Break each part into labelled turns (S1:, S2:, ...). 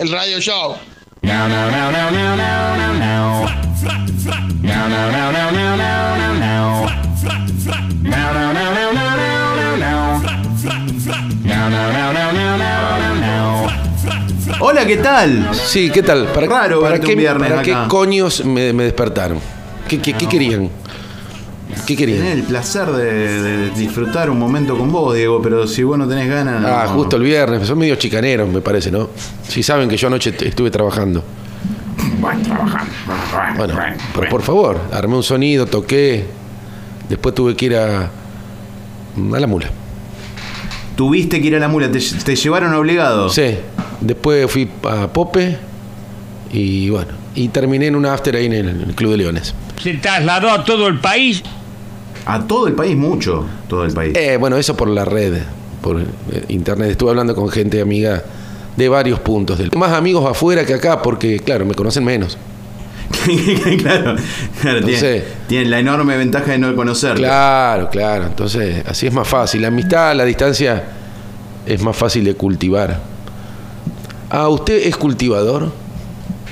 S1: el radio show.
S2: No, no, no, no, no, no, no, no. No, no, no, no, no, no, no, no. No, no, no, no, no, no, no, no. No, no, no, no, no, no, no, no.
S3: Hola, ¿qué tal?
S4: Sí, ¿qué tal? ¿Para,
S3: Raro
S4: para
S3: verte
S4: qué,
S3: un viernes
S4: para qué
S3: acá.
S4: coños me, me despertaron? ¿Qué, qué- qué querían? ¿Qué
S3: Tener
S4: querían?
S3: el placer de, de disfrutar un momento con vos, Diego, pero si vos no tenés ganas.
S4: Ah,
S3: no.
S4: justo el viernes. Son medio chicaneros, me parece, ¿no? Sí, saben que yo anoche te- estuve trabajando. Bueno, pero por favor, armé un sonido, toqué. Después tuve que ir a. a la mula.
S3: Tuviste que ir a la mula, te, te llevaron obligado.
S4: Sí. Después fui a Pope. Y bueno. Y terminé en un after ahí en el, en el Club de Leones.
S5: Se trasladó a todo el país.
S3: A todo el país, mucho. Todo el país.
S4: Eh, bueno, eso por la red, por eh, internet. Estuve hablando con gente amiga de varios puntos. Del... Más amigos afuera que acá, porque, claro, me conocen menos.
S3: claro, claro tiene,
S4: Entonces-
S3: tiene la enorme ventaja de no conocerlo.
S4: Claro, claro. Entonces, así es más fácil. La amistad a la distancia es más fácil de cultivar. Ah, ¿usted es cultivador?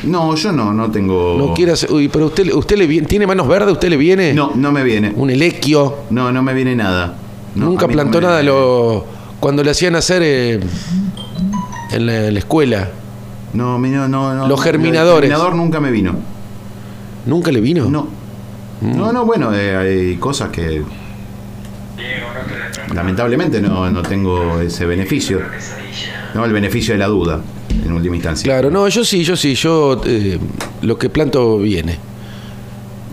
S3: No, yo no, no tengo.
S4: No quiere hacer... Uy, pero usted, usted le viene... ¿Tiene manos verdes? ¿Usted le viene?
S3: Oh. No, no me viene.
S4: Un elequio.
S3: No, no me viene nada. No, a
S4: Nunca
S3: mí no
S4: plantó
S3: me-
S4: nada. Lo... Cuando le hacían hacer eh, en, la, en la escuela,
S3: No, mi- no, no, no.
S4: Los
S3: lo
S4: germinadores.
S3: del germinador nunca me vino.
S4: ¿nunca le vino?
S3: No. No, no, bueno, eh, hay cosas que. Lamentablemente no, no tengo ese beneficio. No, el beneficio de la duda, en última instancia.
S4: Claro, no, yo sí, yo sí, yo eh, lo que planto viene,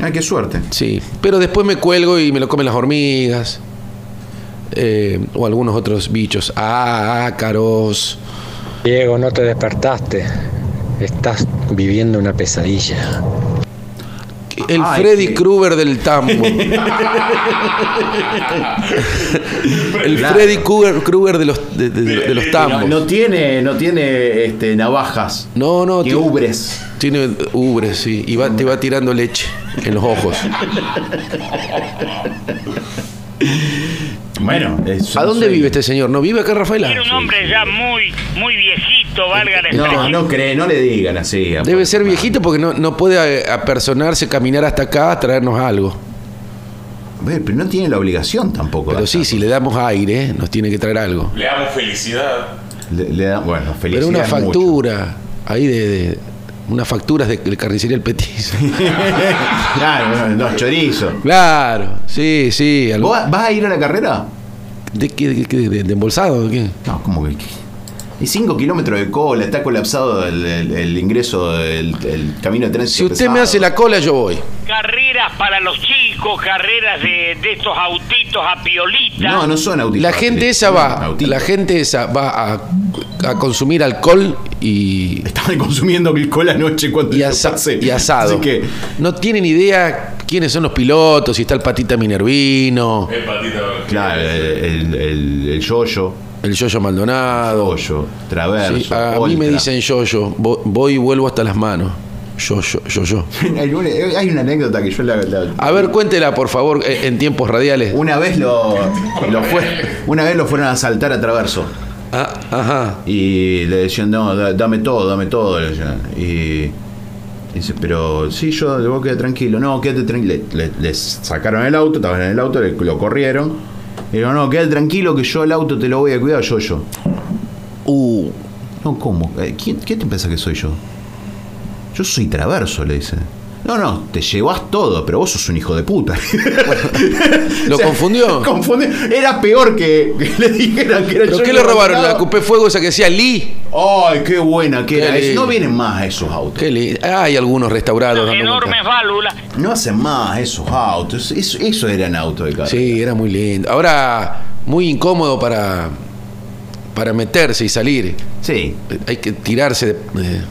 S3: Ay, qué suerte.
S4: sí. Pero después me cuelgo y me lo comen las hormigas eh, o algunos otros bichos, ah, ácaros.
S6: Diego, no te despertaste. Estás viviendo una pesadilla.
S4: El
S3: Ay,
S4: Freddy
S3: qué-
S4: Krueger del tambo. el
S3: Claro.
S4: Freddy Krueger Krueger de los, de, de- de los tambos.
S3: tiene, no tiene este, navajas.
S4: No, no,
S3: Que
S4: tiene-
S3: ubres.
S4: Tiene ubres, sí, y va- te va tirando leche en los ojos.
S3: Bueno, es-
S4: ¿A dónde
S3: soy-
S4: vive este señor? ¿No vive acá, Rafael?
S5: Era un hombre ya muy, muy viejito, valga la
S3: Eh, No,
S5: expresión.
S3: no cree, no le digan así. a-
S4: Debe ser viejito porque no, no puede eh, apersonarse, caminar hasta acá, traernos algo.
S3: A ver, Ah, pero no tiene la obligación tampoco.
S4: Pero
S3: de
S4: sí,
S3: hacerlo.
S4: si le damos aire, eh, nos tiene que traer algo.
S7: Le damos felicidad.
S3: Le, le da, bueno, felicidad.
S4: Pero una
S3: es mucho.
S4: factura, ahí de, de- unas facturas de, de carnicería el petizo.
S3: claro, bueno, los chorizos.
S4: claro, sí, sí. algo-
S3: ¿Vos vas a ir a la carrera?
S4: ¿De qué? ¿De, qué? ¿De- de embolsado? ¿De qué?
S3: No, como que. Y 5 kilómetros de cola, está colapsado el, el- el ingreso del el camino de tren.
S4: Si usted me hace la cola, yo voy.
S5: Carreras para los chicos, carreras de, de estos autitos a piolita.
S3: No, no son autitos.
S4: La gente esa
S3: son
S4: va,
S3: autitos.
S4: la gente esa va a, a consumir alcohol y,
S3: Estaban consumiendo cola anoche cuando
S4: y,
S3: yo
S4: asa-
S3: pasé.
S4: y asado.
S3: Así que.
S4: No tienen idea quiénes son los pilotos, si está el Patita Minervino,
S3: Eh,
S7: El patito.
S3: Claro, el, el, el yoyo,
S4: el Yoyo Maldonado.
S3: yoyo, traverso.
S4: Sí, a mí
S3: oltra.
S4: me dicen yo, yo. Vo- Voy y vuelvo hasta las manos. Yo, yo, yo, yo.
S3: Hay una- Hay una anécdota que yo la- la,
S4: A ver, cuéntela, por favor, eh, en tiempos radiales.
S3: Una vez lo, lo fue, una vez lo fueron a asaltar a Traverso
S4: Ah, ajá.
S3: y le decían, no, da- dame todo, dame todo. le decían. Y dice, pero sí, yo le voy a quedar tranquilo. No, quédate tranquilo. Le, le- le sacaron el auto, estaban en el auto, le- lo corrieron. Y digo, no, quédate tranquilo que yo el auto te lo voy a cuidar, yo, yo.
S4: Uh,
S3: No, ¿cómo? Eh, ¿Quién, ¿Qué te pensás que soy yo? Yo soy Traverso, le dice. No, no, te llevas todo, pero vos sos un hijo de puta.
S4: ¿Lo
S3: O sea,
S4: confundió?
S3: confundió. Era peor que, que le dijeran que era
S4: ¿Pero
S3: yo
S4: qué
S3: el
S4: le robaron? ¿La
S3: abandonado.
S4: Coupé Fuego esa que decía Lee?
S3: Ay, qué buena que
S4: Qué
S3: era.
S4: lindo.
S3: No vienen más esos autos.
S4: Qué li- Ah, Hay algunos restaurados. dando
S5: Enormes
S4: vueltas.
S5: válvulas.
S3: No hacen más esos autos. Eso, eso eran autos de carrera.
S4: Sí, era muy lindo. Ahora, muy incómodo para, para meterse y salir.
S3: Sí,
S4: Eh, Hay que tirarse de... eh,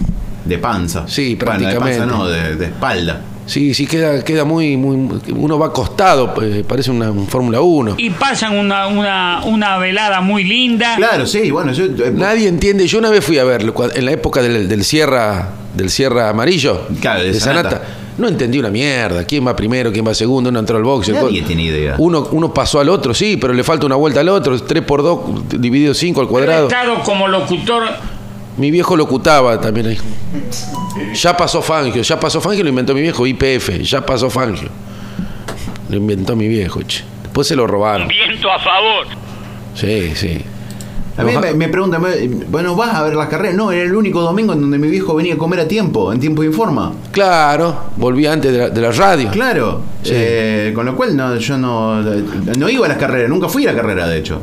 S3: de panza.
S4: Sí,
S3: Bueno, de
S4: prácticamente.
S3: panza no, de, de espalda.
S4: Sí, sí, queda, queda muy, muy... Uno va acostado, eh, parece una un Fórmula 1.
S5: Y pasan una, una, una velada muy linda.
S3: Claro, sí, bueno, yo. eh,
S4: Nadie entiende. Yo una vez fui a verlo cua- en la época del, del Sierra del Sierra Amarillo.
S3: Claro, de Sanata.
S4: No entendí una mierda. ¿Quién va primero? ¿Quién va segundo? Uno entró al box. el
S3: Nadie
S4: gol.
S3: tiene idea.
S4: Uno, uno pasó al otro, sí, pero le falta una vuelta al otro. 3 por 2 dividido 5 al
S5: He
S4: cuadrado.
S5: estado como locutor
S4: Mi viejo locutaba también ahí. Ya pasó Fangio, ya pasó Fangio, lo inventó mi viejo, IPF, ya pasó Fangio. Lo inventó mi viejo, che. Después se lo robaron.
S5: Viento a favor.
S4: Sí, sí.
S3: A mí me, me preguntan, me- bueno, ¿vas a ver las carreras? No, era el único domingo en donde mi viejo venía a comer a tiempo, en tiempo y en forma.
S4: Claro, volví antes de la, de la radio.
S3: Claro.
S4: Ah. Sí.
S3: Eh, con lo cual, no, yo no, eh, no iba a las carreras, nunca fui a la carrera, de hecho.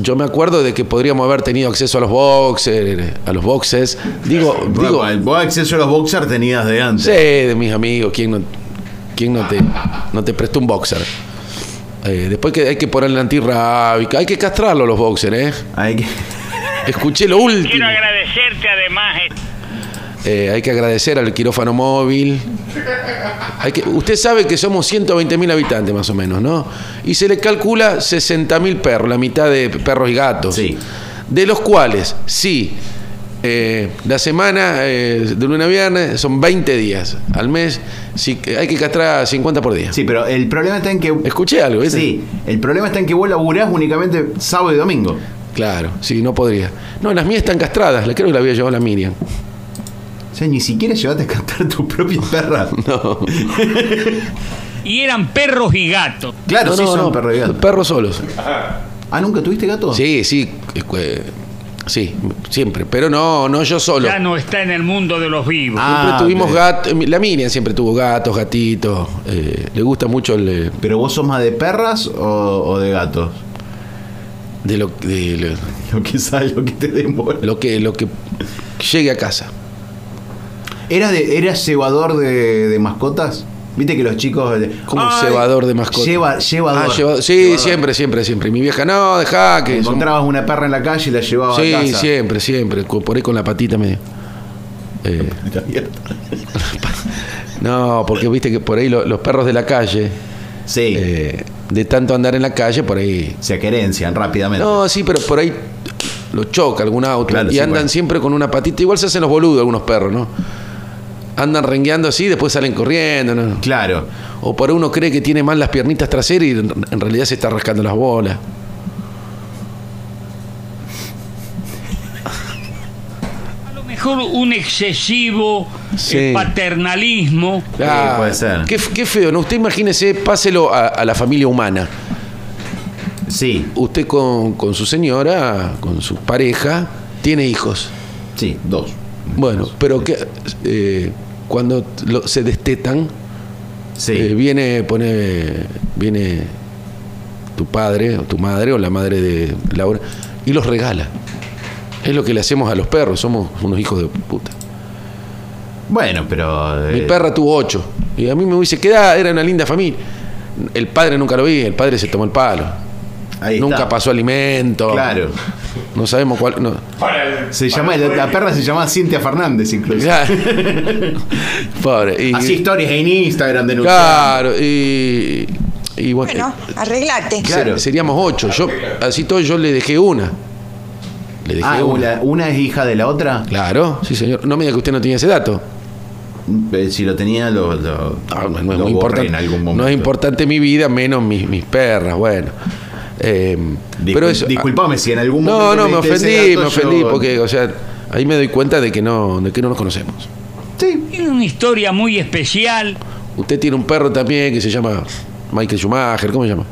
S4: Yo me acuerdo de que podríamos haber tenido acceso a los boxers, a los boxes. Digo, digo,
S3: Bueno, vos acceso a los boxers tenías de antes.
S4: sí, de mis amigos, ¿quién no, quién no te, no te prestó un boxer? Eh, después que hay que ponerle antirrábica, hay que castrarlo a los boxers, ¿eh?
S3: Hay que-
S4: Escuché lo último.
S5: Quiero agradecerte además. eh,
S4: Eh, hay que agradecer al quirófano móvil. Hay que- usted sabe que somos 120 mil habitantes más o menos, ¿no? Y se le calcula 60 mil perros, la mitad de perros y gatos.
S3: Sí.
S4: De los cuales, sí, eh, la semana eh, de lunes a viernes son 20 días. Al mes sí, que hay que castrar 50 por día.
S3: Sí, pero el problema está en que.
S4: Escuché algo, ¿viste?
S3: Sí, el problema está en que vos laburás únicamente sábado y domingo.
S4: Claro, sí, no podría. No, las mías están castradas, la creo que la había llevado la Miriam.
S3: O sea, ni siquiera llevaste a cantar tu propia perra.
S4: No,
S5: Y eran perros y gatos.
S3: Claro,
S4: no,
S3: sí,
S4: no,
S3: son
S4: no,
S3: perro y gato.
S4: perros solos.
S3: Ah, ¿nunca tuviste
S5: Oh.
S3: gato?
S4: Sí, sí. eh, Sí, siempre. Pero no, no yo solo.
S5: Ya no está en el mundo de los vivos.
S3: Ah.
S4: Siempre tuvimos
S3: ok.
S4: gatos. La Miriam siempre tuvo gatos, gatitos. eh, le gusta mucho el, eh,
S3: ¿Pero vos sos más de perras o, o de gatos?
S4: de lo, de lo-
S3: Lo que sale, lo que te den bola.
S4: lo que lo que llegue a casa.
S3: ¿Eras de, eras cebador de, de mascotas? ¿Viste que los chicos.
S4: Como
S3: Ay,
S4: cebador de mascotas.
S3: Lleva, llevador.
S4: Ah, llevador. Sí, siempre, siempre, siempre. Y mi vieja, no, dejá que. son-
S3: Encontrabas una perra en la calle y la llevabas
S4: Sí,
S3: a casa.
S4: siempre, siempre. co- Por ahí con la patita medio. Eh, no, porque viste que por ahí lo- los perros de la calle,
S3: Sí.
S4: eh, de tanto andar en la calle, por ahí
S3: Se querencian rápidamente.
S4: No, sí, pero por ahí lo choca algún auto
S3: Claro,
S4: y
S3: sí,
S4: andan
S3: bueno.
S4: siempre con una patita. Igual se hacen los boludos algunos perros, ¿no? Andan rengueando así, después salen corriendo, ¿no?
S3: Claro.
S4: O por ahí uno cree que tiene mal las piernitas traseras y en en realidad se está rascando las bolas.
S5: A lo mejor un excesivo
S4: Sí.
S5: eh, paternalismo.
S4: Ah,
S3: puede ser.
S4: Qué, qué feo, ¿no? Usted imagínese, páselo a, a la familia humana.
S3: Sí,
S4: Usted con, con su señora, con su pareja, tiene hijos.
S3: sí, dos.
S4: Bueno, pero que, eh, cuando lo- se destetan,
S3: Sí.
S4: Eh, viene, pone, viene tu padre o tu madre o la madre de Laura y los regala. Es lo que le hacemos a los perros, somos unos hijos de puta.
S3: bueno, pero. eh,
S4: Mi perra tuvo ocho y a mí me hubiese quedado, era una linda familia. El padre nunca lo vi, el padre se tomó el palo.
S3: ahí está.
S4: nunca pasó alimento.
S3: Claro.
S4: No sabemos cuál. no.
S7: Para el-
S3: Se
S7: para
S3: llama,
S7: el
S3: la,
S7: dueño.
S3: la perra se llama Cintia Fernández, incluso.
S4: Pobre. y-
S3: Así historias en Instagram de Ah,
S4: claro. Y, y bueno,
S1: Bueno, arreglate.
S3: Claro.
S4: Se- Seríamos ocho. Yo, así todo, yo le dejé una. Le dejé
S3: Ah,
S4: una.
S3: una, una es hija de la otra.
S4: Claro, sí, señor. No me diga que usted no tenía ese dato.
S3: Eh, Si lo tenía, lo, lo-
S4: No, Ah, no es
S3: lo borré
S4: muy importante.
S3: en algún momento.
S4: No es importante mi vida, menos mis, mis perras. Bueno. Eh,
S3: Discul-
S4: pero eso,
S3: disculpame si en algún
S4: No,
S3: momento.
S4: no, me
S3: diste ese
S4: ofendí, me
S3: dato, yo-
S4: ofendí, porque, o sea, ahí me doy cuenta de que no, de que no nos conocemos.
S3: Sí.
S5: Tiene una historia muy especial.
S4: Usted tiene un perro también que se llama Michael Schumacher, ¿cómo se llama?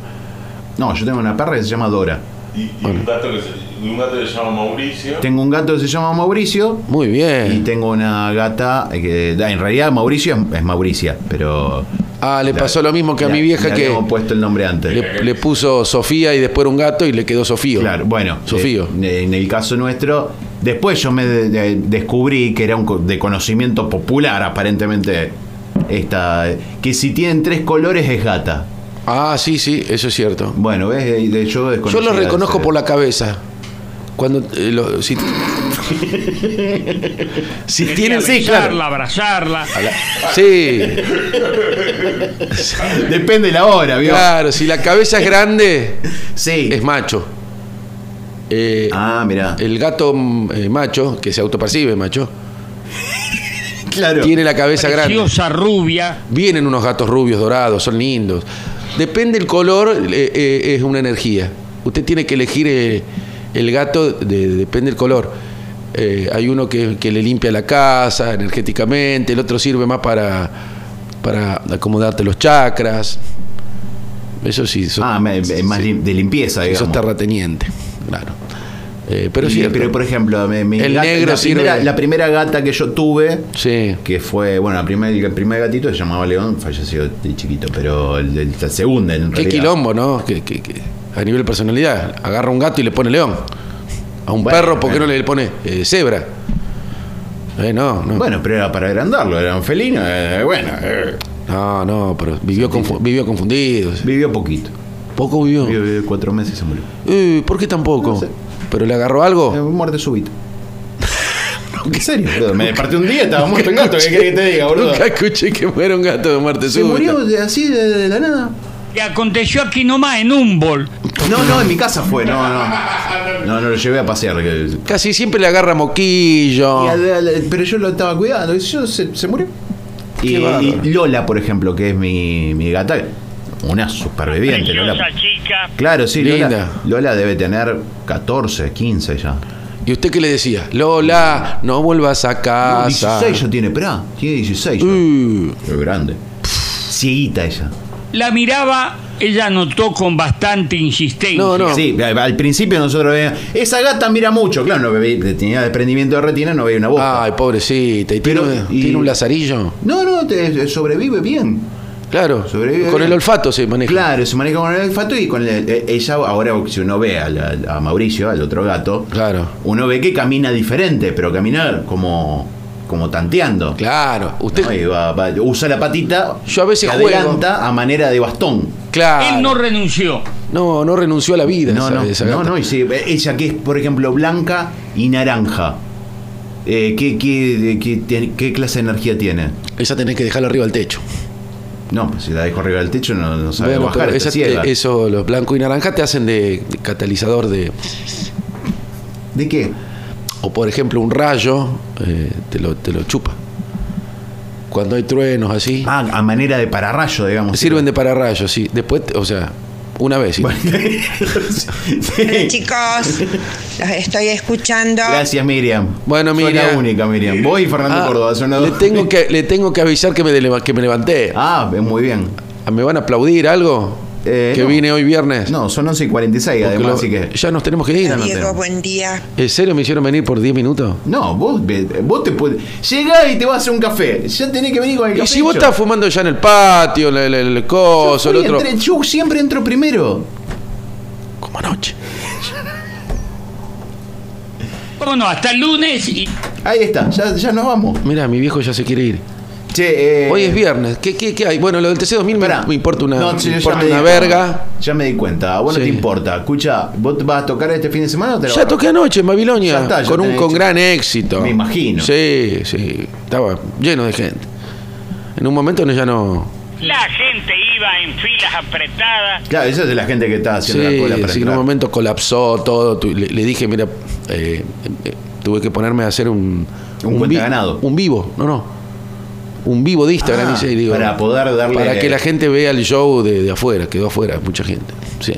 S3: No, yo tengo una perra que se llama Dora.
S7: Y, y un gato que se, y un gato que se llama Mauricio.
S3: Tengo un gato que se llama Mauricio.
S4: Muy bien.
S3: Y tengo una gata eh, que. da, En realidad, Mauricio es, es Mauricia, pero.
S4: Ah, le pasó lo mismo que a
S3: le-
S4: mi
S3: le
S4: vieja que
S3: habíamos puesto el nombre antes.
S4: le, le puso Sofía y después era un gato y le quedó Sofío.
S3: Claro, bueno,
S4: Sofío.
S3: eh, en el caso nuestro, después yo me de- de- descubrí que era un co- de conocimiento popular, aparentemente, esta, que si tienen tres colores es gata.
S4: Ah, sí, sí, eso es cierto.
S3: Bueno, ves, Eh, de- yo
S4: Yo
S3: desconocía
S4: lo reconozco
S3: ese-
S4: por la cabeza. Cuando eh, lo- si, si tienen
S5: sí,
S4: sí, claro.
S5: abrazarla.
S4: Sí,
S3: Depende la hora, ¿vio?
S4: claro, si la cabeza es grande
S3: Sí.
S4: es macho. Eh,
S3: Ah, mirá.
S4: el gato mm, eh, macho que se autopercibe macho
S3: Claro.
S4: tiene la cabeza grande.
S5: Preciosa rubia.
S4: Vienen unos gatos rubios, dorados, son lindos. Depende el color, eh, eh, es una energía. Usted tiene que elegir eh, el gato, de- depende el color. Eh, eh, hay uno que, que le limpia la casa energéticamente, el otro sirve más para, para acomodarte los chakras. Eso sí, sos,
S3: Ah, me- me- más lim- de limpieza,
S4: sos
S3: digamos.
S4: terrateniente, claro. Eh,
S3: Y-
S4: pero es cierto.
S3: pero, por ejemplo, mi- mi
S4: El
S3: gata-
S4: negro
S3: la,
S4: sirve-
S3: primera, la primera gata que yo tuve,
S4: sí.
S3: que fue, bueno, la primer, el primer gatito se llamaba León, falleció de chiquito, pero el, el- la segunda en
S4: Qué
S3: realidad.
S4: quilombo, ¿no? Que, que- que- a nivel personalidad. Agarra un gato y le pone león. A un
S3: Bueno,
S4: perro, ¿por qué
S3: bueno.
S4: no le pone eh, cebra? Eh, no, no.
S3: Bueno, pero era para agrandarlo, era un felino, eh, bueno, eh,
S4: No, no, pero vivió, confu- vivió confundido.
S3: vivió poquito.
S4: Poco vivió.
S3: Vivió, vivió cuatro meses y se murió.
S4: Eh, ¿Por qué tampoco?
S3: No sé.
S4: ¿Pero le agarró algo?
S3: Eh, muerte súbita. ¿En serio? boludo? Me desperté un día, estaba muerto en gato, ¿qué querés que te diga, boludo?
S4: Nunca escuché que muera un gato de muerte
S3: Se
S4: súbita.
S3: murió de- así de, de la nada.
S5: Te aconteció aquí nomás en un bol.
S3: No, no, en mi casa fue, no, no. No, no lo llevé a pasear. que-
S4: Casi siempre le agarra moquillo.
S3: Y al- al- pero yo lo estaba cuidando, y yo se, se murió. Y,
S4: bárbaro.
S3: y Lola, por ejemplo, que es mi, mi gata, una superviviente, Lola.
S5: Preciosa chica.
S3: Claro, sí,
S4: Linda.
S3: Lola, Lola debe tener 14, 15 ya.
S4: ¿Y usted qué le decía? Lola, no vuelvas a
S3: No,
S4: casa.
S3: 16 ya tiene, perá, tiene 16. ya.
S4: Uh,
S3: Qué grande. Cieguita ella.
S5: La miraba, ella notó con bastante insistencia.
S4: No, no.
S3: Sí, a- al principio nosotros veíamos. Esa gata mira mucho, claro, no veía- tenía desprendimiento de retina, no veía una boca.
S4: Ay, pobrecita. ¿Y tiene,
S3: Pero,
S4: un-
S3: y-
S4: tiene un lazarillo?
S3: No, no, te- sobrevive bien.
S4: Claro.
S3: Sobrevive
S4: con
S3: bien.
S4: el olfato se maneja.
S3: Claro, se maneja con el olfato y con el- eh, ella, ahora si uno ve al- al- a, Mauricio, al otro gato,
S4: Claro.
S3: uno ve que camina diferente, pero camina como, como tanteando.
S4: Claro. Usted,
S3: ¿no? eh. Y va- va- usa la patita,
S4: Yo a veces
S3: se
S4: juego.
S3: adelanta a manera de bastón.
S4: claro.
S5: Él no renunció.
S4: no, no renunció a la vida.
S3: No,
S4: esa-
S3: no,
S4: esa
S3: no,
S4: gata.
S3: no, y sí, e, ella que es, por ejemplo, blanca y naranja. Eh, ¿qué, qué, qué- qué- qué clase de energía tiene?
S4: Esa tenés que dejarla arriba al techo.
S3: No, pues si la dejo arriba del techo no, no sabe
S4: Bueno,
S3: bajar,
S4: pero
S3: está
S4: esa-
S3: ciega.
S4: eh, eso, los blanco y naranja te hacen de, de catalizador de.
S3: ¿De qué?
S4: O por ejemplo, un rayo eh, te, lo, te lo chupa. Cuando hay truenos así.
S3: Ah, a manera de pararrayo, digamos.
S4: sirven de pararrayos, sí. Después, o sea, una vez. sí.
S1: Hola,
S3: Sí.
S1: chicos, los estoy escuchando.
S3: Gracias, Miriam.
S4: Bueno,
S3: Son
S4: Miriam.
S3: la única, Miriam. Vos y Fernando
S4: Ah,
S3: Córdoba son las
S4: le
S3: dos.
S4: tengo que le tengo que avisar que me, dele- que me levanté.
S3: Ah, eh, muy bien.
S4: Ah, ¿Me van a aplaudir algo?
S3: Eh,
S4: que
S3: no.
S4: vine hoy viernes.
S3: No, son 11 y 46,
S4: Porque
S3: además,
S4: lo-
S3: así que.
S4: Ya nos tenemos que ir.
S3: no
S1: Diego,
S3: tengo.
S1: buen día.
S4: ¿En serio me hicieron venir por 10 minutos?
S3: No, vos, ve- vos te puedes. Llegá y te vas a hacer un café. Ya tenés que venir con el
S4: Y
S3: café.
S4: si vos
S3: hecho.
S4: estás fumando ya en el patio, el, el- el
S3: Yo
S4: coso, el
S3: fui,
S4: otro.
S3: entré- yo siempre entro primero.
S4: Como anoche.
S5: Bueno, hasta el lunes y
S3: Ahí está, ya, ya nos vamos.
S4: Mira, mi viejo ya se quiere ir.
S3: Che, eh,
S4: Hoy es viernes. ¿Qué, qué, qué hay? Bueno, lo del TC2000 me,
S3: Pará.
S4: me importa una,
S3: No,
S4: me
S3: sí, ya
S4: importa
S3: me di
S4: una
S3: cuenta.
S4: verga.
S3: Ya me di cuenta. A vos no
S4: Sí.
S3: te importa. Escucha, ¿vos vas a tocar este fin de semana o te la
S4: Ya
S3: vas a-
S4: toqué anoche en Babilonia.
S3: Ya está, ya
S4: con un
S3: tenés
S4: con
S3: hecho.
S4: gran éxito.
S3: Me imagino.
S4: Sí, sí. Estaba lleno de gente. En un momento no, ya no.
S5: la gente iba en filas apretadas.
S3: Claro, esa es de la gente que está
S4: Sí,
S3: haciendo la cola para
S4: sí, en
S3: entrar.
S4: un momento colapsó todo. Tu- Le, le dije, mira, eh, eh, tuve que ponerme a hacer un.
S3: Un
S4: vi-
S3: cuentaganado.
S4: Un vivo, no, no. Un vivo de Instagram,
S3: Ah,
S4: hice, y digo,
S3: para poder darle-
S4: Para que la gente vea el show de, de afuera, quedó afuera, mucha gente. Sí.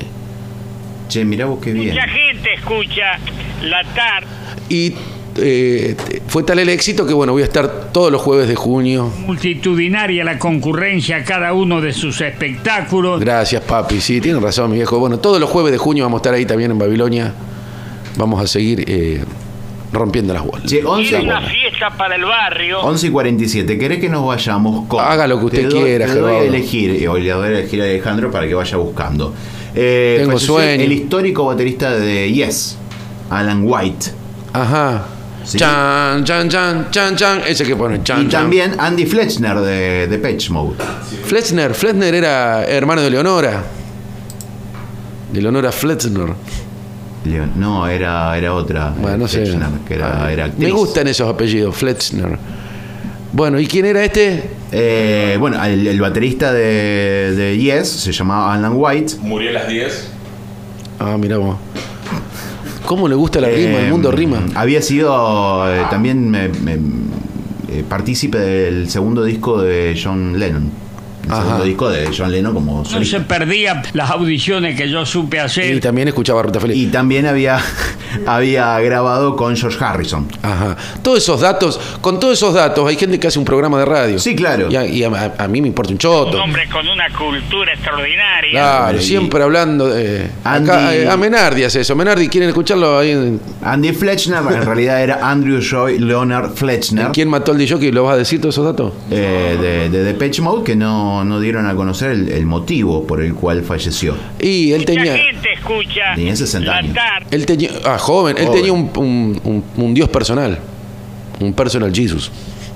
S3: Che, mirá vos qué bien.
S5: Mucha gente escucha la tarde.
S4: Y eh, te- fue tal el éxito que, bueno, voy a estar todos los jueves de junio.
S5: Multitudinaria la concurrencia a cada uno de sus espectáculos.
S4: Gracias, papi. Sí, tienes razón, mi viejo. Bueno, todos los jueves de junio vamos a estar ahí también en Babilonia. Vamos a seguir eh, rompiendo las bolas.
S3: Che,
S5: Y
S3: 11,
S5: era una fiesta para el barrio.
S3: 11 y 47. ¿Querés que nos vayamos con?
S4: Haga lo que usted
S3: Te doy-
S4: quiera,
S3: Te doy a
S4: Gerardo.
S3: elegir. Y hoy le doy a elegir a Alejandro para que vaya buscando. Eh,
S4: Tengo
S3: falleció
S4: sueño.
S3: El histórico baterista de Yes, Alan White.
S4: Ajá.
S3: Sí.
S4: Chan, chan, chan, chan, chan. Ese que pone chan,
S3: y
S4: chan.
S3: también Andy Fletchner de, de Page Mode.
S4: Fletchner. Fletchner era hermano de Leonora. De Leonora Fletchner.
S3: Leon- No, era, era otra.
S4: Bueno,
S3: eh,
S4: no sé. Ah,
S3: Fletchner, que era, era actriz.
S4: Me gustan esos apellidos, Fletchner. Bueno, ¿y quién era este?
S3: Eh, bueno, el, el baterista de, de Yes se llamaba Alan White.
S7: Murió a las 10.
S4: Ah, mirá vos. ¿Cómo le gusta la rima? El
S3: Eh,
S4: mundo rima.
S3: Había sido eh, también eh, eh, eh, partícipe del segundo disco de John Lennon. el segundo disco de John Lennon como
S5: No
S3: solista.
S5: se perdía las audiciones que yo supe hacer.
S4: Y también escuchaba Ruta Feliz.
S3: eh. Y también había, había grabado con George Harrison.
S4: Ajá. Todos esos datos, con todos esos datos, hay gente que hace un programa de radio.
S3: Sí, claro.
S4: Y a, y a- a mí me importa un choto.
S5: un hombre con una cultura extraordinaria.
S4: Claro,
S3: Y-
S4: siempre hablando de. Acá,
S3: Andy-
S4: eh, a Menardi hace eso. Menardi, ¿quieren escucharlo ahí? en-
S3: Andy Fletchner, en realidad era Andrew Joy Leonard Fletchner,
S4: ¿Quién mató al DJ? ¿Lo vas a decir todos esos datos?
S3: eh, de, de Depeche Mode, que no, no dieron a conocer el, el motivo por el cual falleció.
S4: Y él tenía.
S5: La gente escucha
S3: Tenía 60
S5: la
S3: años.
S5: tarde.
S4: Él tenía. Ah, joven. Él
S3: Joven.
S4: tenía un, un- un- un Dios personal. Un personal Jesus.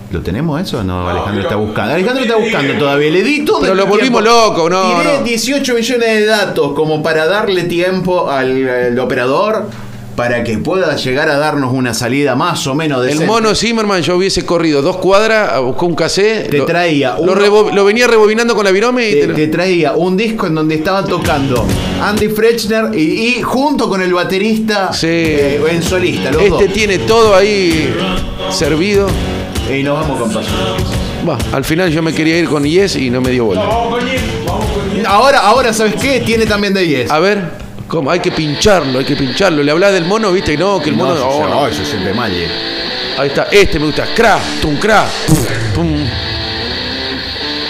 S3: ¿Lo tenemos eso? No, Alejandro está buscando. Alejandro está buscando todavía. Le di todo
S4: eh, Pero
S3: el
S4: lo volvimos
S3: tiempo.
S4: loco, no,
S3: Tiré
S4: no.
S3: 18 millones de datos como para darle tiempo al, al operador para que pueda llegar a darnos una salida más o menos de
S4: El mono Zimmerman, yo hubiese corrido dos cuadras, a- buscó un cassette.
S3: Te
S4: lo-
S3: traía
S4: Lo,
S3: uno-
S4: rebo- lo venía rebobinando con la virome y
S3: te,
S4: te lo-
S3: te traía un disco en donde estaban tocando Andy Frechner y, y junto con el baterista
S4: Sí.
S3: eh, en solista, los
S4: Este
S3: dos.
S4: tiene todo ahí servido.
S3: Y nos vamos con paso.
S4: Bah, al final yo me quería ir con Yes y no me dio bola.
S3: Ahora, ahora, ¿sabes qué? Tiene también de 10.
S4: A ver, ¿cómo? hay que pincharlo, hay que pincharlo. Le hablás del mono, viste, y no, que el mono. oh, no.
S3: eso siempre mal. eh.
S4: Ahí está, este me gusta. Cra, tum, cra, pum, pum.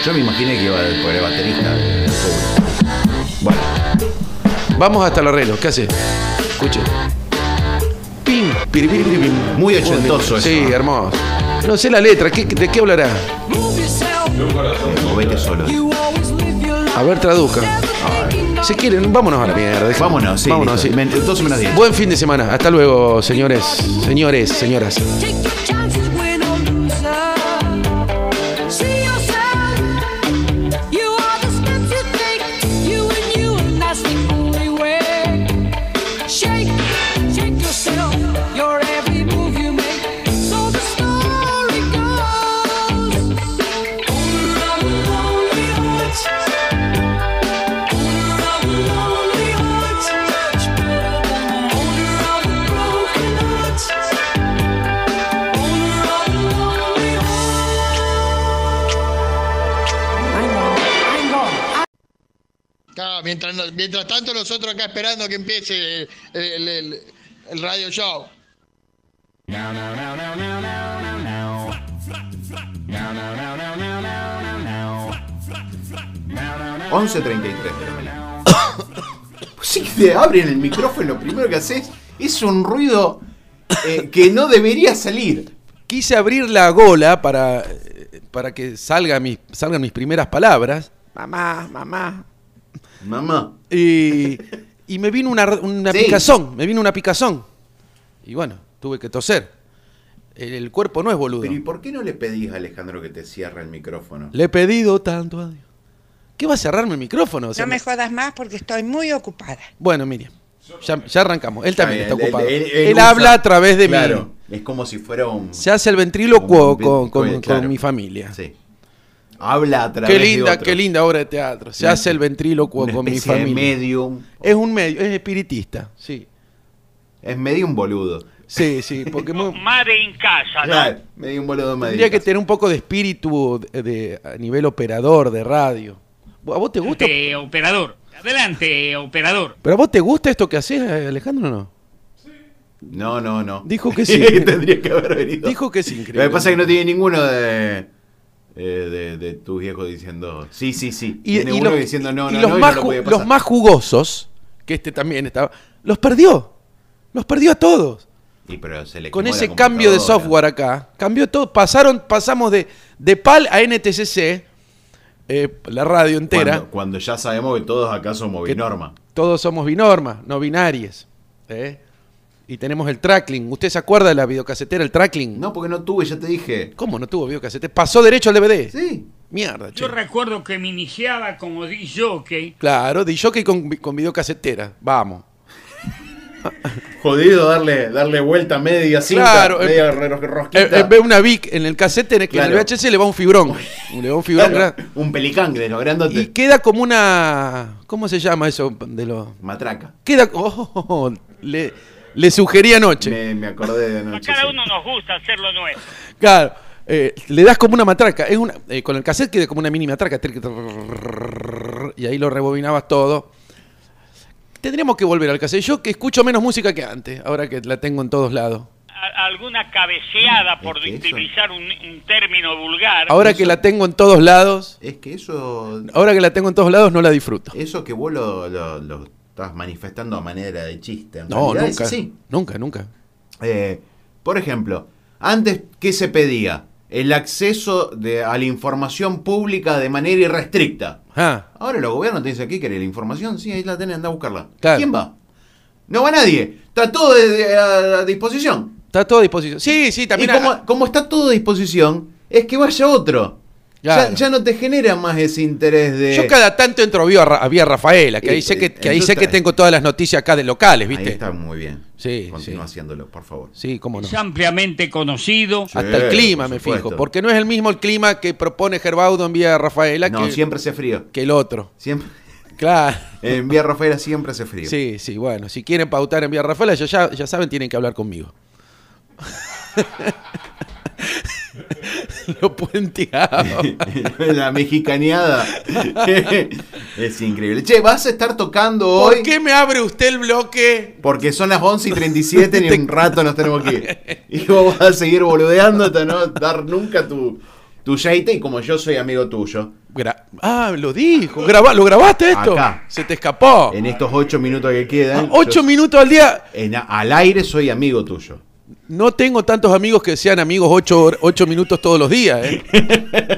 S3: Yo me imaginé que iba por el baterista. eh, pobre. Bueno,
S4: Vamos hasta el arreglo, ¿qué hace? Escuche. Pim, piripiripiripim.
S3: Muy ochentoso
S4: Sí,
S3: eso.
S4: hermoso. No sé la letra, ¿qué- ¿de qué hablará?
S3: o vete solo.
S4: A ver, traduzca. Si quieren, vámonos a la mierda. déjenme.
S3: Vámonos, sí.
S4: Vámonos,
S3: listo.
S4: sí.
S3: Men- 12 menos 10.
S4: Buen fin de semana. Hasta luego, señores, señores, señoras.
S8: Claro, mientras, no- mientras tanto nosotros acá esperando que empiece el, el- el- el radio show.
S3: Bueno, 11.33 de la mañana. Sí, te abren el micrófono, lo primero que haces es un ruido eh, que no debería salir.
S4: Quise abrir la gola para, eh, para que salga mis, salgan mis primeras palabras. Mamá, mamá.
S3: Mamá.
S4: Y, y me vino una, una
S3: Sí.
S4: picazón, me vino una picazón. Y bueno, tuve que toser. El, el cuerpo no es boludo.
S3: Pero ¿y por qué no le pedís a Alejandro que te cierre el micrófono?
S4: Le he pedido tanto a Dios. ¿Qué va a cerrarme el micrófono? O sea,
S1: No me jodas más porque estoy muy ocupada.
S4: Bueno, Miriam, ya, ya arrancamos. Él también está
S3: Ah, Él- él-
S4: ocupado. Él,
S3: él- él usa-
S4: habla a través de mí.
S3: Claro, es como si fuera un...
S4: Se hace el ventriloquio
S3: un-
S4: con, con- con
S3: claro.
S4: mi familia.
S3: Sí. Habla a través
S4: Qué
S3: de
S4: linda,
S3: otro.
S4: qué linda obra de teatro. Se
S3: Una-
S4: hace el ventriloquio
S3: Una
S4: con mi
S3: especie de
S4: familia.
S3: medium.
S4: Es un medio, es espiritista, sí.
S3: Es medium boludo.
S4: Sí, sí, porque mu-
S5: Madre en casa, ¿no?
S3: Claro, medium boludo en Madrid.
S4: tendría que tener un poco de espíritu de, de- a nivel operador de radio. ¿A vos te gusta?
S5: Este, operador. Adelante, operador.
S4: ¿Pero a vos te gusta esto que haces, eh, Alejandro, o no?
S3: No, no, no.
S4: Dijo que sí.
S3: Tendría que haber venido.
S4: Dijo que es increíble.
S3: Lo que pasa es que no tiene ninguno de, eh, de, de tus viejos diciendo sí, sí, sí.
S4: Y,
S3: tiene
S4: y
S3: uno
S4: los,
S3: diciendo no,
S4: y
S3: no,
S4: los
S3: no, y no
S4: más
S3: lo
S4: ju-
S3: podía pasar.
S4: los más jugosos, que este también estaba, los perdió. Los perdió a todos.
S3: Y pero se le
S4: Con
S3: quemó la
S4: ese cambio de software
S3: computadora.
S4: acá, cambió todo. Pasaron, pasamos de, de PAL a NTCC, eh, la radio entera.
S3: Cuando, cuando ya sabemos que todos acá somos
S4: Que-
S3: binorma.
S4: Todos somos binormas, no binarias. ¿eh? Y tenemos el trackling. ¿Usted se acuerda de la videocasetera, el trackling?
S3: No, porque no tuve, ya te dije.
S4: ¿Cómo no tuvo videocasetera? Pasó derecho al DVD.
S3: Sí.
S4: Mierda, che.
S5: Yo recuerdo que me iniciaba como DJ
S4: Claro, di yo que con, con videocasetera. Vamos.
S3: Jodido darle, darle vuelta media cinta,
S4: Claro, eh,
S3: media ro- rosquita.
S4: Eh, En vez de una VIC en el cassette, en el, en el
S3: Claro.
S4: VHS le va un fibrón. Le va un fibrón.
S3: Claro,
S4: gran-
S3: un pelicán de los grandotes.
S4: Y queda como una. ¿Cómo se llama eso? De los.
S3: Matraca.
S4: Queda. oh, oh, oh, le, le sugerí anoche.
S3: Me, me acordé de
S5: A
S3: noche.
S5: cada
S3: sí.
S5: uno nos gusta hacer lo nuestro.
S4: Claro. eh, le das como una matraca. Es una, eh, con el cassette queda como una mini matraca. Y ahí lo rebobinabas todo. Tendríamos que volver al cassette. Yo que escucho menos música que antes, ahora que la tengo en todos lados.
S5: A- alguna cabeceada, por
S3: ¿Es eso?
S5: utilizar un, un término vulgar.
S4: Ahora que la tengo en todos lados,
S3: Es que eso.
S4: ahora que la tengo en todos lados no la disfruto.
S3: Eso que vos lo, lo- lo estás manifestando a manera de chiste. en
S4: No,
S3: realidad es
S4: nunca.
S3: así.
S4: Nunca, nunca.
S3: Eh, por ejemplo, antes, ¿qué se pedía? El acceso de, a la información pública de manera irrestricta.
S4: Ah,
S3: Ahora los gobiernos te dicen aquí que la información, sí, ahí la tenés, anda a buscarla.
S4: Claro.
S3: ¿Quién va? No va nadie. Está todo de- de- a, a disposición.
S4: está todo a disposición. Sí, sí, también.
S3: y como,
S4: ah,
S3: como está todo a disposición, es que vaya otro.
S4: Claro.
S3: Ya, ya no te genera más ese interés de.
S4: Yo cada tanto entro vía, Ra- a vía Rafaela, que
S3: Y-
S4: ahí sé que, que, ahí
S3: entonces
S4: sé que
S3: está-
S4: tengo todas las noticias acá de locales, ¿viste?
S3: Ahí está muy bien.
S4: Sí,
S3: Continúa
S4: sí.
S3: haciéndolo, por favor.
S4: Sí, cómo no.
S5: Es ampliamente conocido.
S3: Sí,
S4: Hasta el clima
S3: por
S4: me
S3: supuesto.
S4: fijo, porque no es el mismo el clima que propone Gerbaudo en vía Rafaela
S3: No,
S4: que,
S3: siempre hace frío.
S4: que el otro.
S3: Siempre.
S4: Claro.
S3: En Vía Rafaela siempre hace frío.
S4: Sí, sí, bueno, si quieren pautar en Vía Rafaela, ya, ya, ya saben, tienen que hablar conmigo. Lo puenteaba.
S3: La mexicaneada es increíble. Che, vas a estar tocando hoy
S4: ¿Por qué me abre usted el bloque?
S3: porque son las 11 y 37 y en un rato nos tenemos que ir. Y vos vas a seguir boludeando hasta no dar nunca tu, tu yeite. Y como yo soy amigo tuyo,
S4: Gra- ah, lo dijo. Graba- ¿Lo grabaste esto?
S3: Acá.
S4: Se te escapó.
S3: en estos 8 minutos que
S4: Ah,
S3: quedan,
S4: Oh. Ocho
S3: yo-
S4: minutos al día.
S3: en- al aire soy amigo tuyo.
S4: No tengo tantos amigos que sean amigos ocho, hor- ocho minutos todos los días, ¿eh?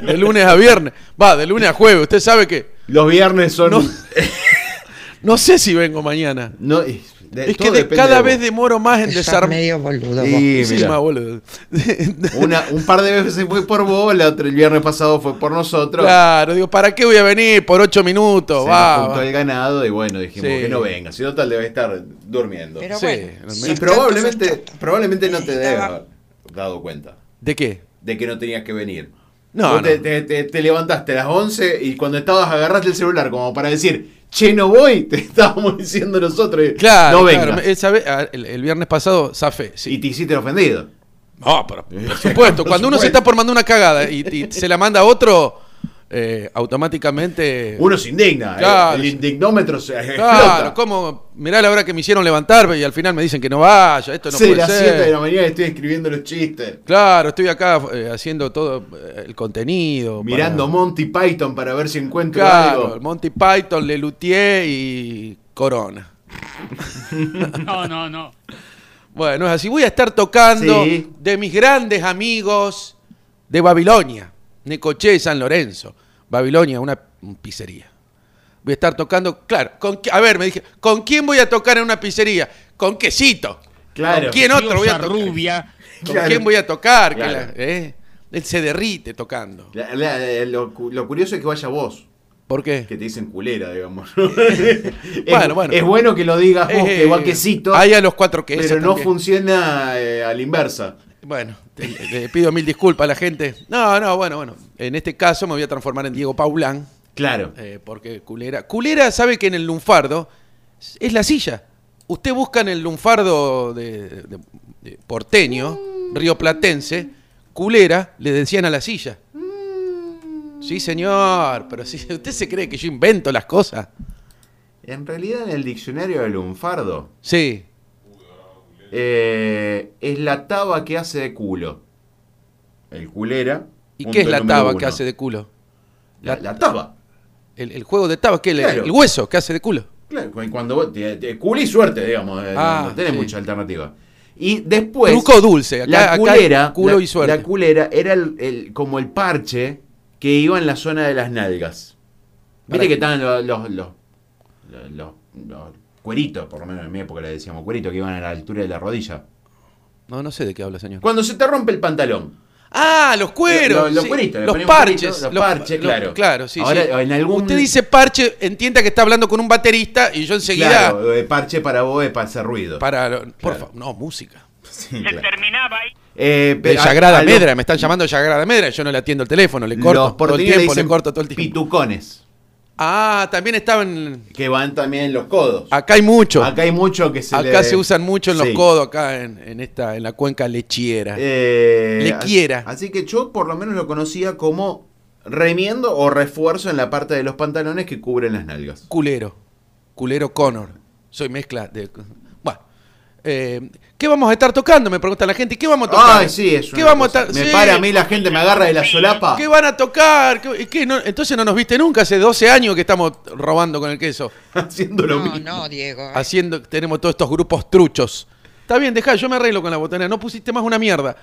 S4: De lunes a viernes. Va, de lunes a jueves. Usted sabe que.
S3: Los viernes son.
S4: No. No sé si vengo mañana.
S3: no, y- de-
S4: Es que
S3: todo
S4: de-
S3: depende
S4: cada
S3: vos.
S4: vez demoro más en
S1: Sos
S4: desarmar.
S1: medio boludo. vos.
S3: Y
S4: Sí,
S3: mirá.
S4: más boludo.
S3: Una, un par de veces fue por vos, la otra- el viernes pasado fue por nosotros.
S4: Claro, digo, ¿para qué voy a venir por ocho minutos?
S3: Se nos
S4: va.
S3: juntó
S4: va.
S3: el ganado y bueno, dijimos
S4: Sí.
S3: que no venga. Si no, tal debe estar durmiendo.
S1: Pero
S4: Sí,
S1: bueno.
S4: sí,
S3: y
S1: sos
S3: probablemente,
S1: chato, sos chato.
S3: probablemente no te debas
S1: Necesitaba-
S3: haber dado cuenta
S4: ¿De qué?
S3: de que no tenías que venir.
S4: No,
S3: Vos
S4: no.
S3: Te, te- te- te levantaste a las 11 y cuando estabas agarraste el celular como para decir, che, no voy, te estábamos diciendo nosotros, y,
S4: Claro,
S3: no vengas.
S4: claro. Esa vez- ah, el, el viernes pasado, zafé, sí.
S3: Y te hiciste el ofendido.
S4: No, pero por supuesto, cuando uno se está por mandar una cagada y, y se la manda a otro, eh, automáticamente.
S3: Uno se indigna, eh,
S4: Claro.
S3: el indignómetro se
S4: Claro,
S3: explota.
S4: como mirá la hora que me hicieron levantar y al final me dicen que no vaya, esto no
S3: Sí,
S4: puede
S3: las 7 de la
S4: ser.
S3: mañana estoy escribiendo los chistes.
S4: Claro, estoy acá eh, haciendo todo eh, el contenido.
S3: Mirando
S4: para-
S3: Monty Python para ver si encuentro
S4: Claro,
S3: algo.
S4: Monty Python, Lelutier y Corona.
S5: No, no, no.
S4: Bueno, es así. Voy a estar tocando
S3: Sí.
S4: de mis grandes amigos de Babilonia, Necoche y San Lorenzo. Babilonia, una pizzería. Voy a estar tocando, claro, con, qui- a ver, me dije, ¿con quién voy a tocar en una pizzería? Con quesito.
S3: Claro.
S4: ¿Con quién otro voy a
S5: Diosa
S4: tocar?
S5: rubia.
S4: ¿Con
S3: Claro.
S4: quién voy a tocar? Que
S3: Claro.
S4: la- eh, Él se derrite tocando.
S3: La- la- la- lo, cu- lo curioso es que vaya vos,
S4: ¿Por qué? Eh,
S3: que te dicen culera, digamos. es,
S4: Bueno, bueno.
S3: es bueno que lo digas vos,
S4: Eh,
S3: que va quesito,
S4: Ahí a los cuatro que
S3: pero no funciona eh, a la inversa.
S4: Bueno, te- le pido mil disculpas a la gente. No, no, bueno, bueno. En este caso me voy a transformar en Diego Paulán.
S3: Claro.
S4: Eh, porque culera. Culera sabe que en el lunfardo es la silla. Usted busca en el lunfardo de, de- de porteño,
S3: Mm.
S4: rioplatense, culera, le decían a la silla.
S3: Mm.
S4: Sí, señor, pero si usted se cree que yo invento las cosas.
S3: En realidad, en el diccionario del lunfardo,
S4: Sí.
S3: eh, es la taba que hace de culo. El culera.
S4: ¿Y
S3: punto
S4: qué es la
S3: número
S4: taba
S3: uno.
S4: que hace de culo?
S3: La, la taba.
S4: El, el juego de taba, ¿qué? El,
S3: Claro.
S4: el hueso que hace de culo.
S3: Claro, cu- cuando vos, te- te- culo y suerte, digamos. eh,
S4: Ah,
S3: no tenés
S4: sí.
S3: mucha alternativa. Y después.
S4: Truco dulce. Acá,
S3: la
S4: acá
S3: culera,
S4: hay culo
S3: la-
S4: y suerte.
S3: La culera era el, el- como el parche que iba en la zona de las nalgas.
S4: Para-
S3: Viste que estaban los, los, los, los- los- los cueritos, por lo menos en mi época le decíamos cueritos, que iban a la altura de la rodilla.
S4: No, no sé de qué habla, señor.
S3: Cuando se te rompe el pantalón.
S4: Ah, los cueros.
S3: Lo- lo- los
S4: sí.
S3: cueritos, le
S4: Los
S3: ponían
S4: parches.
S3: cueritos, los parches, claro.
S4: Claro, sí.
S3: Ahora,
S4: sí.
S3: en algún-
S4: Usted dice parche, entienda que está hablando con un baterista y yo enseguida.
S3: Claro, eh, parche para vos es para hacer ruido.
S4: Para. lo- Por
S3: Claro.
S4: favor, no, música.
S3: Sí,
S5: Se
S3: claro.
S5: terminaba ahí.
S3: Eh,
S4: De
S3: pero a-
S4: Sagrada
S3: a los-
S4: Medra, me están llamando Sagrada Medra, yo no le atiendo el teléfono, le corto
S3: los
S4: todo el
S3: porteños le
S4: tiempo,
S3: dicen
S4: le corto todo el tiempo.
S3: Pitucones.
S4: Ah, también estaban.
S3: Que van también en los codos.
S4: Acá hay mucho.
S3: Acá hay mucho que se
S4: Ah, Acá
S3: le-
S4: se usan mucho en los
S3: Sí.
S4: codos, acá en, en esta, en la cuenca lechiera.
S3: Eh,
S4: Le
S3: as-
S4: quiera.
S3: Así que yo por lo menos lo conocía como remiendo o refuerzo en la parte de los pantalones que cubren las nalgas.
S4: Culero. Culero Connor. Soy mezcla de. Bueno. eh, ¿Qué vamos a estar tocando? Me pregunta la gente. ¿Qué vamos a tocar?
S3: Ay, sí, es
S4: ¿Qué
S3: una
S4: vamos
S3: cosa.
S4: a estar?
S3: Me
S4: sí.
S3: para a mí la gente, me agarra de la solapa.
S4: ¿Qué van a tocar? ¿Qué- qué no? Entonces no nos viste nunca. Hace 12 años que estamos robando con el queso.
S3: Haciendo lo
S1: No,
S3: mismo. ¿Ah,
S1: no, Diego.
S4: Haciendo, tenemos todos estos grupos truchos. Está bien, dejá, yo me arreglo con la botanera. No pusiste más una mierda.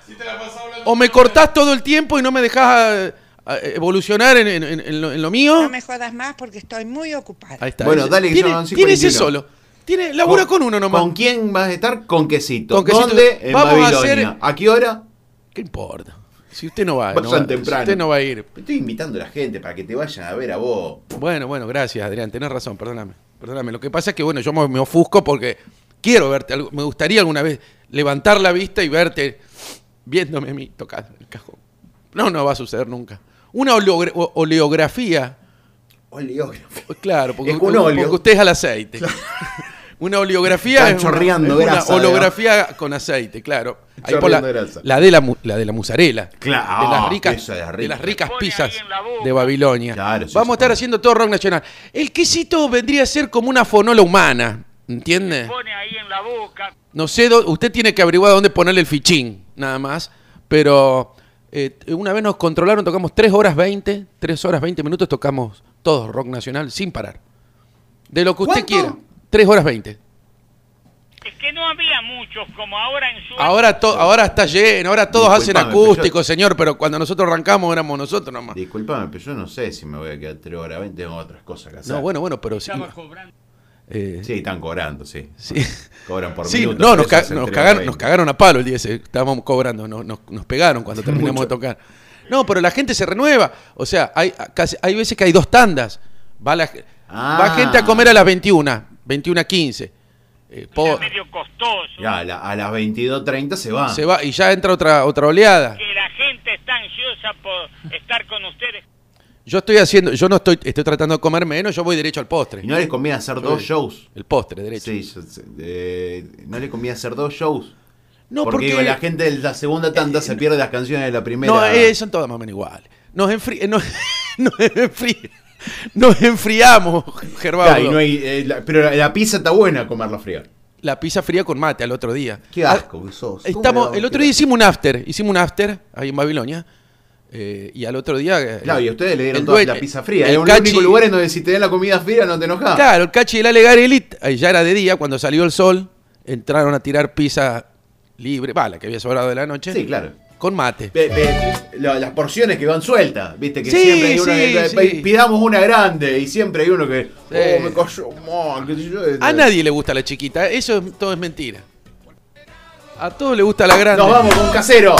S4: O me cortás todo el tiempo y no me dejás a- a evolucionar en, en- en- en lo, en lo mío.
S1: No me jodas más porque estoy muy ocupada.
S4: Ahí está.
S3: Bueno, dale, que
S4: Tiene,
S3: son
S4: tiene ese
S3: 51.
S4: solo. Tiene, labura con, uno nomás.
S3: ¿Con quién vas a estar? Con quesito.
S4: Con quesito.
S3: ¿Dónde? En
S4: Vamos a
S3: Babilonia.
S4: hacer-
S3: ¿A qué hora?
S4: ¿Qué importa? Si usted no va,
S3: Vayan
S4: no va- si
S3: temprano.
S4: usted no va a ir.
S3: Estoy invitando a la gente para que te vayan a ver a vos.
S4: Bueno, bueno, gracias, Adrián. Tenés razón, perdóname. Perdóname. Lo que pasa es que, bueno, yo me, me ofusco porque quiero verte. algo- Me gustaría alguna vez levantar la vista y verte viéndome a mí tocando el cajón. No, no va a suceder nunca. Una oleogra- o- oleografía.
S3: Oleógrafo.
S4: Claro, porque,
S3: Es un
S4: porque
S3: óleo.
S4: usted es al aceite. Una oleografía
S3: Están
S4: es una-
S3: chorreando
S4: es una,
S3: grasa,
S4: holografía con aceite, claro. Ahí por la,
S3: Chorreando grasa.
S4: la de la, mu- la de la musarela.
S3: Claro,
S4: de las
S3: ah,
S4: ricas,
S3: esa es la
S4: de las
S3: rica.
S4: ricas
S5: Pone
S4: pizzas
S5: ahí en la boca.
S4: de Babilonia.
S3: Claro, sí,
S4: Vamos
S3: sí,
S4: a estar
S3: sí.
S4: haciendo todo rock nacional. El quesito vendría a ser como una fonola humana, ¿entiende?
S5: Pone ahí en la boca.
S4: No sé, dó- usted tiene que averiguar dónde ponerle el fichín, nada más. Pero eh, una vez nos controlaron, tocamos 3 horas 20, 3 horas 20 minutos, tocamos todos rock nacional sin parar. De lo que usted
S3: ¿Cuánto?
S4: quiera. 3 horas 20.
S5: Es que no había muchos como ahora en su...
S4: Ahora, to- ahora está lleno, ahora todos hacen
S3: Disculpame, pero
S4: acústicos,
S3: yo-
S4: señor, pero cuando nosotros arrancamos éramos nosotros nomás.
S3: Disculpame, pero yo no sé si me voy a quedar 3 horas 20 tengo otras cosas que hacer.
S4: No, bueno, bueno, pero sí. Eh,
S3: Sí, están cobrando, sí.
S4: sí.
S3: Cobran por
S4: Sí,
S3: minuto.
S4: no,
S3: por
S4: nos,
S3: eso
S4: ca-
S3: hacen
S4: nos
S3: tres
S4: cagaron,
S3: horas
S4: nos
S3: 20.
S4: cagaron a palo el día ese. Estábamos cobrando, no- nos, nos pegaron cuando terminamos de tocar. No, pero la gente se renueva. O sea, hay, a- casi- hay veces que hay dos tandas. Va, la,
S3: Ah.
S4: va gente a comer a las 21, 21 a 15. Eh, po-
S5: Era medio costoso.
S3: Ya, a, la- a las 22.30 se va.
S4: se va y ya entra otra, otra oleada.
S5: Que la gente está ansiosa por estar con ustedes.
S4: Yo estoy haciendo, yo no estoy, estoy tratando de comer menos, yo voy derecho al postre.
S3: Y no les conviene hacer dos shows.
S4: El postre, derecho.
S3: Sí, yo sé, eh, no les conviene hacer dos shows.
S4: No,
S3: porque,
S4: porque, eh,
S3: digo, la gente de la segunda tanda se pierde las canciones de la primera.
S4: No, eh, son todas más o menos iguales. Nos, enfri- eh, nos, nos enfri- nos enfriamos, Gervaudo.
S3: Claro, y no hay, eh, la- pero la, la pizza está buena comerla fría.
S4: La pizza fría con mate al otro día.
S3: Qué asco que sos. ¿Cómo le
S4: Ah, Estamos,
S3: damos
S4: el otro
S3: qué
S4: día
S3: asco?
S4: hicimos un after, hicimos un after ahí en Babilonia. eh, y al otro día. eh,
S3: Claro, y a ustedes le dieron
S4: el
S3: toda
S4: dueño-
S3: la pizza fría.
S4: el
S3: Es un
S4: Cachi-
S3: único lugar en donde si te dan la comida fría no te enojas.
S4: Claro, el cachi del Ale Garelli, ahí ya era de día, cuando salió el sol, entraron a tirar pizza libre, va, la que había sobrado de la noche.
S3: Sí, claro.
S4: Con mate.
S3: Pe- pe- la- las porciones que van sueltas, viste que
S4: Sí,
S3: siempre hay una
S4: sí,
S3: eh,
S4: sí.
S3: pidamos una grande y siempre hay uno que
S4: Sí.
S3: oh, me cayó mal, qué sé yo.
S4: A nadie le gusta la chiquita, eso es- todo es mentira. A todos le gusta la grande.
S3: Nos vamos con casero.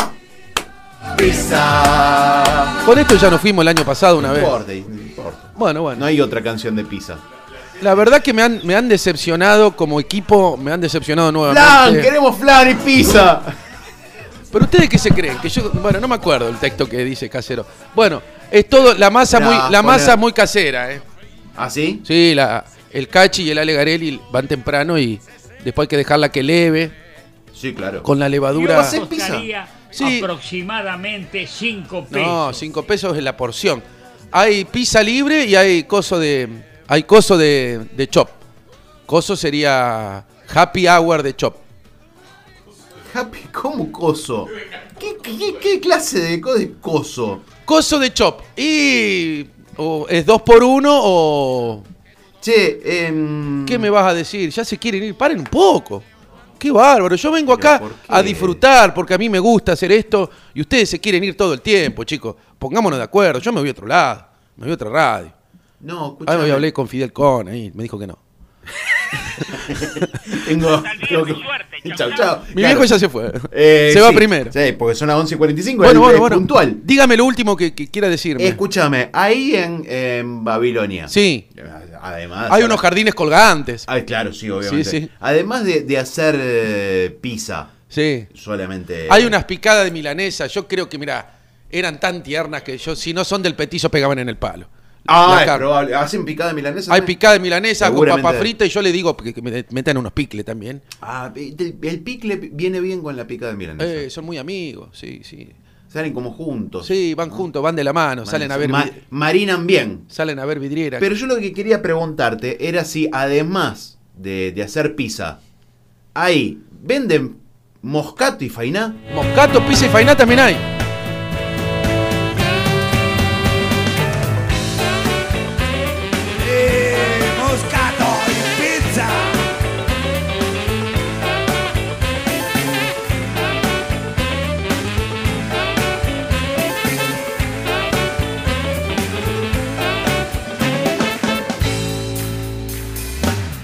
S3: Pizza.
S4: Con esto ya nos fuimos el año pasado una
S3: No
S4: vez.
S3: importa, no importa.
S4: Bueno, bueno.
S3: No hay otra canción de pizza.
S4: La verdad que me han, me han decepcionado como equipo, me han decepcionado
S3: ¡Flan!
S4: nuevamente.
S3: ¡Queremos flan y pizza!
S4: Pero ustedes qué se creen? Que yo, bueno, no me acuerdo el texto que dice casero. Bueno, es todo la masa
S3: No,
S4: muy la
S3: poné-
S4: masa muy casera, ¿eh?
S3: ¿Ah, sí?
S4: Sí, la, el Cachi y el Ale Garelli van temprano y después hay que dejarla que leve
S3: Sí, claro.
S4: con la
S3: ¿Cómo
S4: levadura.
S3: hace? ¿Hacen pizza?
S5: Costaría
S4: Sí.
S5: aproximadamente 5 pesos.
S4: No, cinco pesos es la porción. Hay pizza libre y hay coso de hay coso de, de chop. Coso sería happy hour de chop.
S3: Happy, ¿cómo coso? ¿Qué, qué- qué clase de, co- de coso?
S4: Coso de chop. Y o es dos por uno o
S3: Che, em,
S4: ¿Qué me vas a decir? Ya se quieren ir, paren un poco. Qué bárbaro, yo vengo
S3: Pero
S4: acá
S3: ¿por qué?
S4: a disfrutar porque a mí me gusta hacer esto y ustedes se quieren ir todo el tiempo, chicos. Pongámonos de acuerdo, yo me voy a otro lado, me voy a otra radio.
S3: No,
S4: Ahora me
S3: escúchame.
S4: Ah, hablé con Fidel Con, ahí me dijo que no.
S3: Tengo, tengo que...
S5: Suerte, chau,
S3: Chau,
S5: chau.
S3: chau.
S4: Mi
S3: Claro.
S4: viejo ya se fue,
S3: Eh,
S4: se va
S3: sí,
S4: primero.
S3: Sí, porque son las 11.45, y
S4: Bueno, bueno, bueno,
S3: puntual.
S4: dígame lo último que, que quiera decirme.
S3: Escúchame, ahí en, en Babilonia.
S4: Sí.
S3: Además.
S4: Hay unos jardines colgantes.
S3: Ah, claro, sí, obviamente.
S4: Sí, sí.
S3: Además de, de hacer eh, pizza,
S4: Sí.
S3: solamente.
S4: Hay unas picadas de milanesa, yo creo que, mira, eran tan tiernas que yo, si no son del petizo, pegaban en el palo.
S3: Ah,
S4: la
S3: es
S4: carne.
S3: probable. Hacen picada milanesa.
S4: Hay
S3: ¿no?
S4: picada de milanesa con
S3: Seguramente.
S4: papa frita y yo le digo que que me metan unos picles también.
S3: Ah, el, el picle viene bien con la picada milanesa.
S4: Eh, son muy amigos, sí, sí.
S3: Salen como juntos.
S4: Sí, van juntos, van de la mano,
S3: Man-
S4: salen a ver
S3: ma-
S4: vid-
S3: marinan bien.
S4: salen a ver vidriera.
S3: Pero yo lo que quería preguntarte era si además de, de hacer pizza, ahí venden moscato y fainá.
S4: Moscato, pizza y fainá también hay.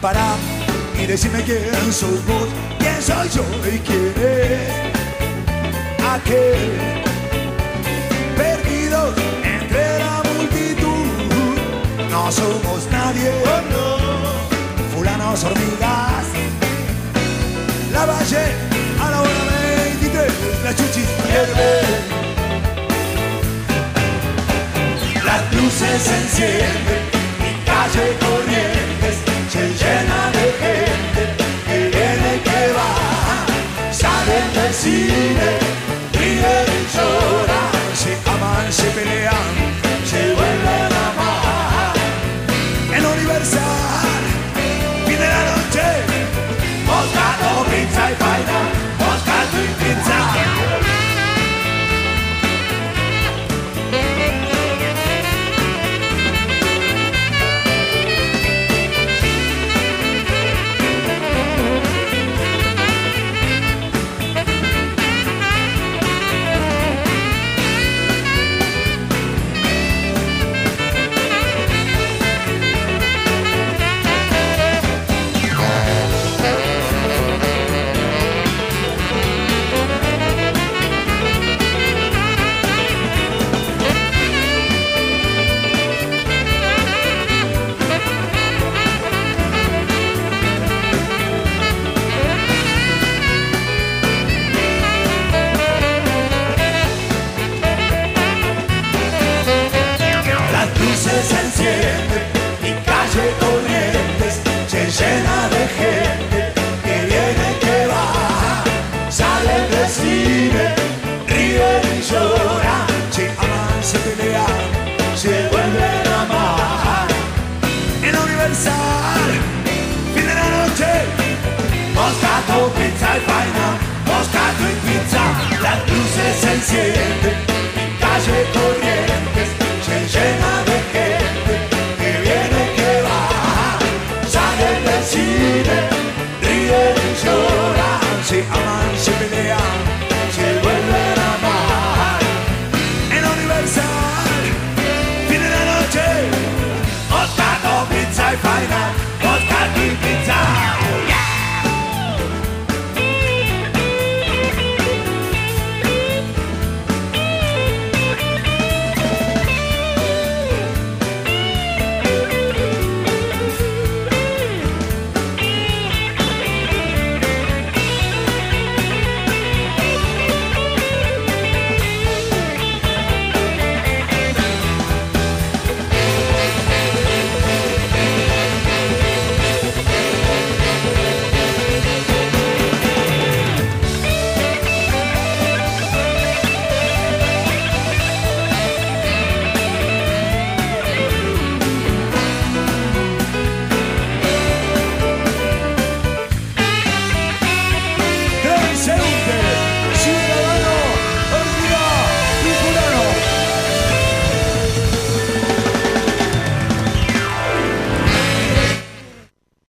S8: Para y decime quién sos vos, quién soy yo y quién es aquel perdido entre la multitud. No somos nadie, fulanos hormigas. La valle a la hora 23, la chuchis hierven. Las luces se encienden. e e e e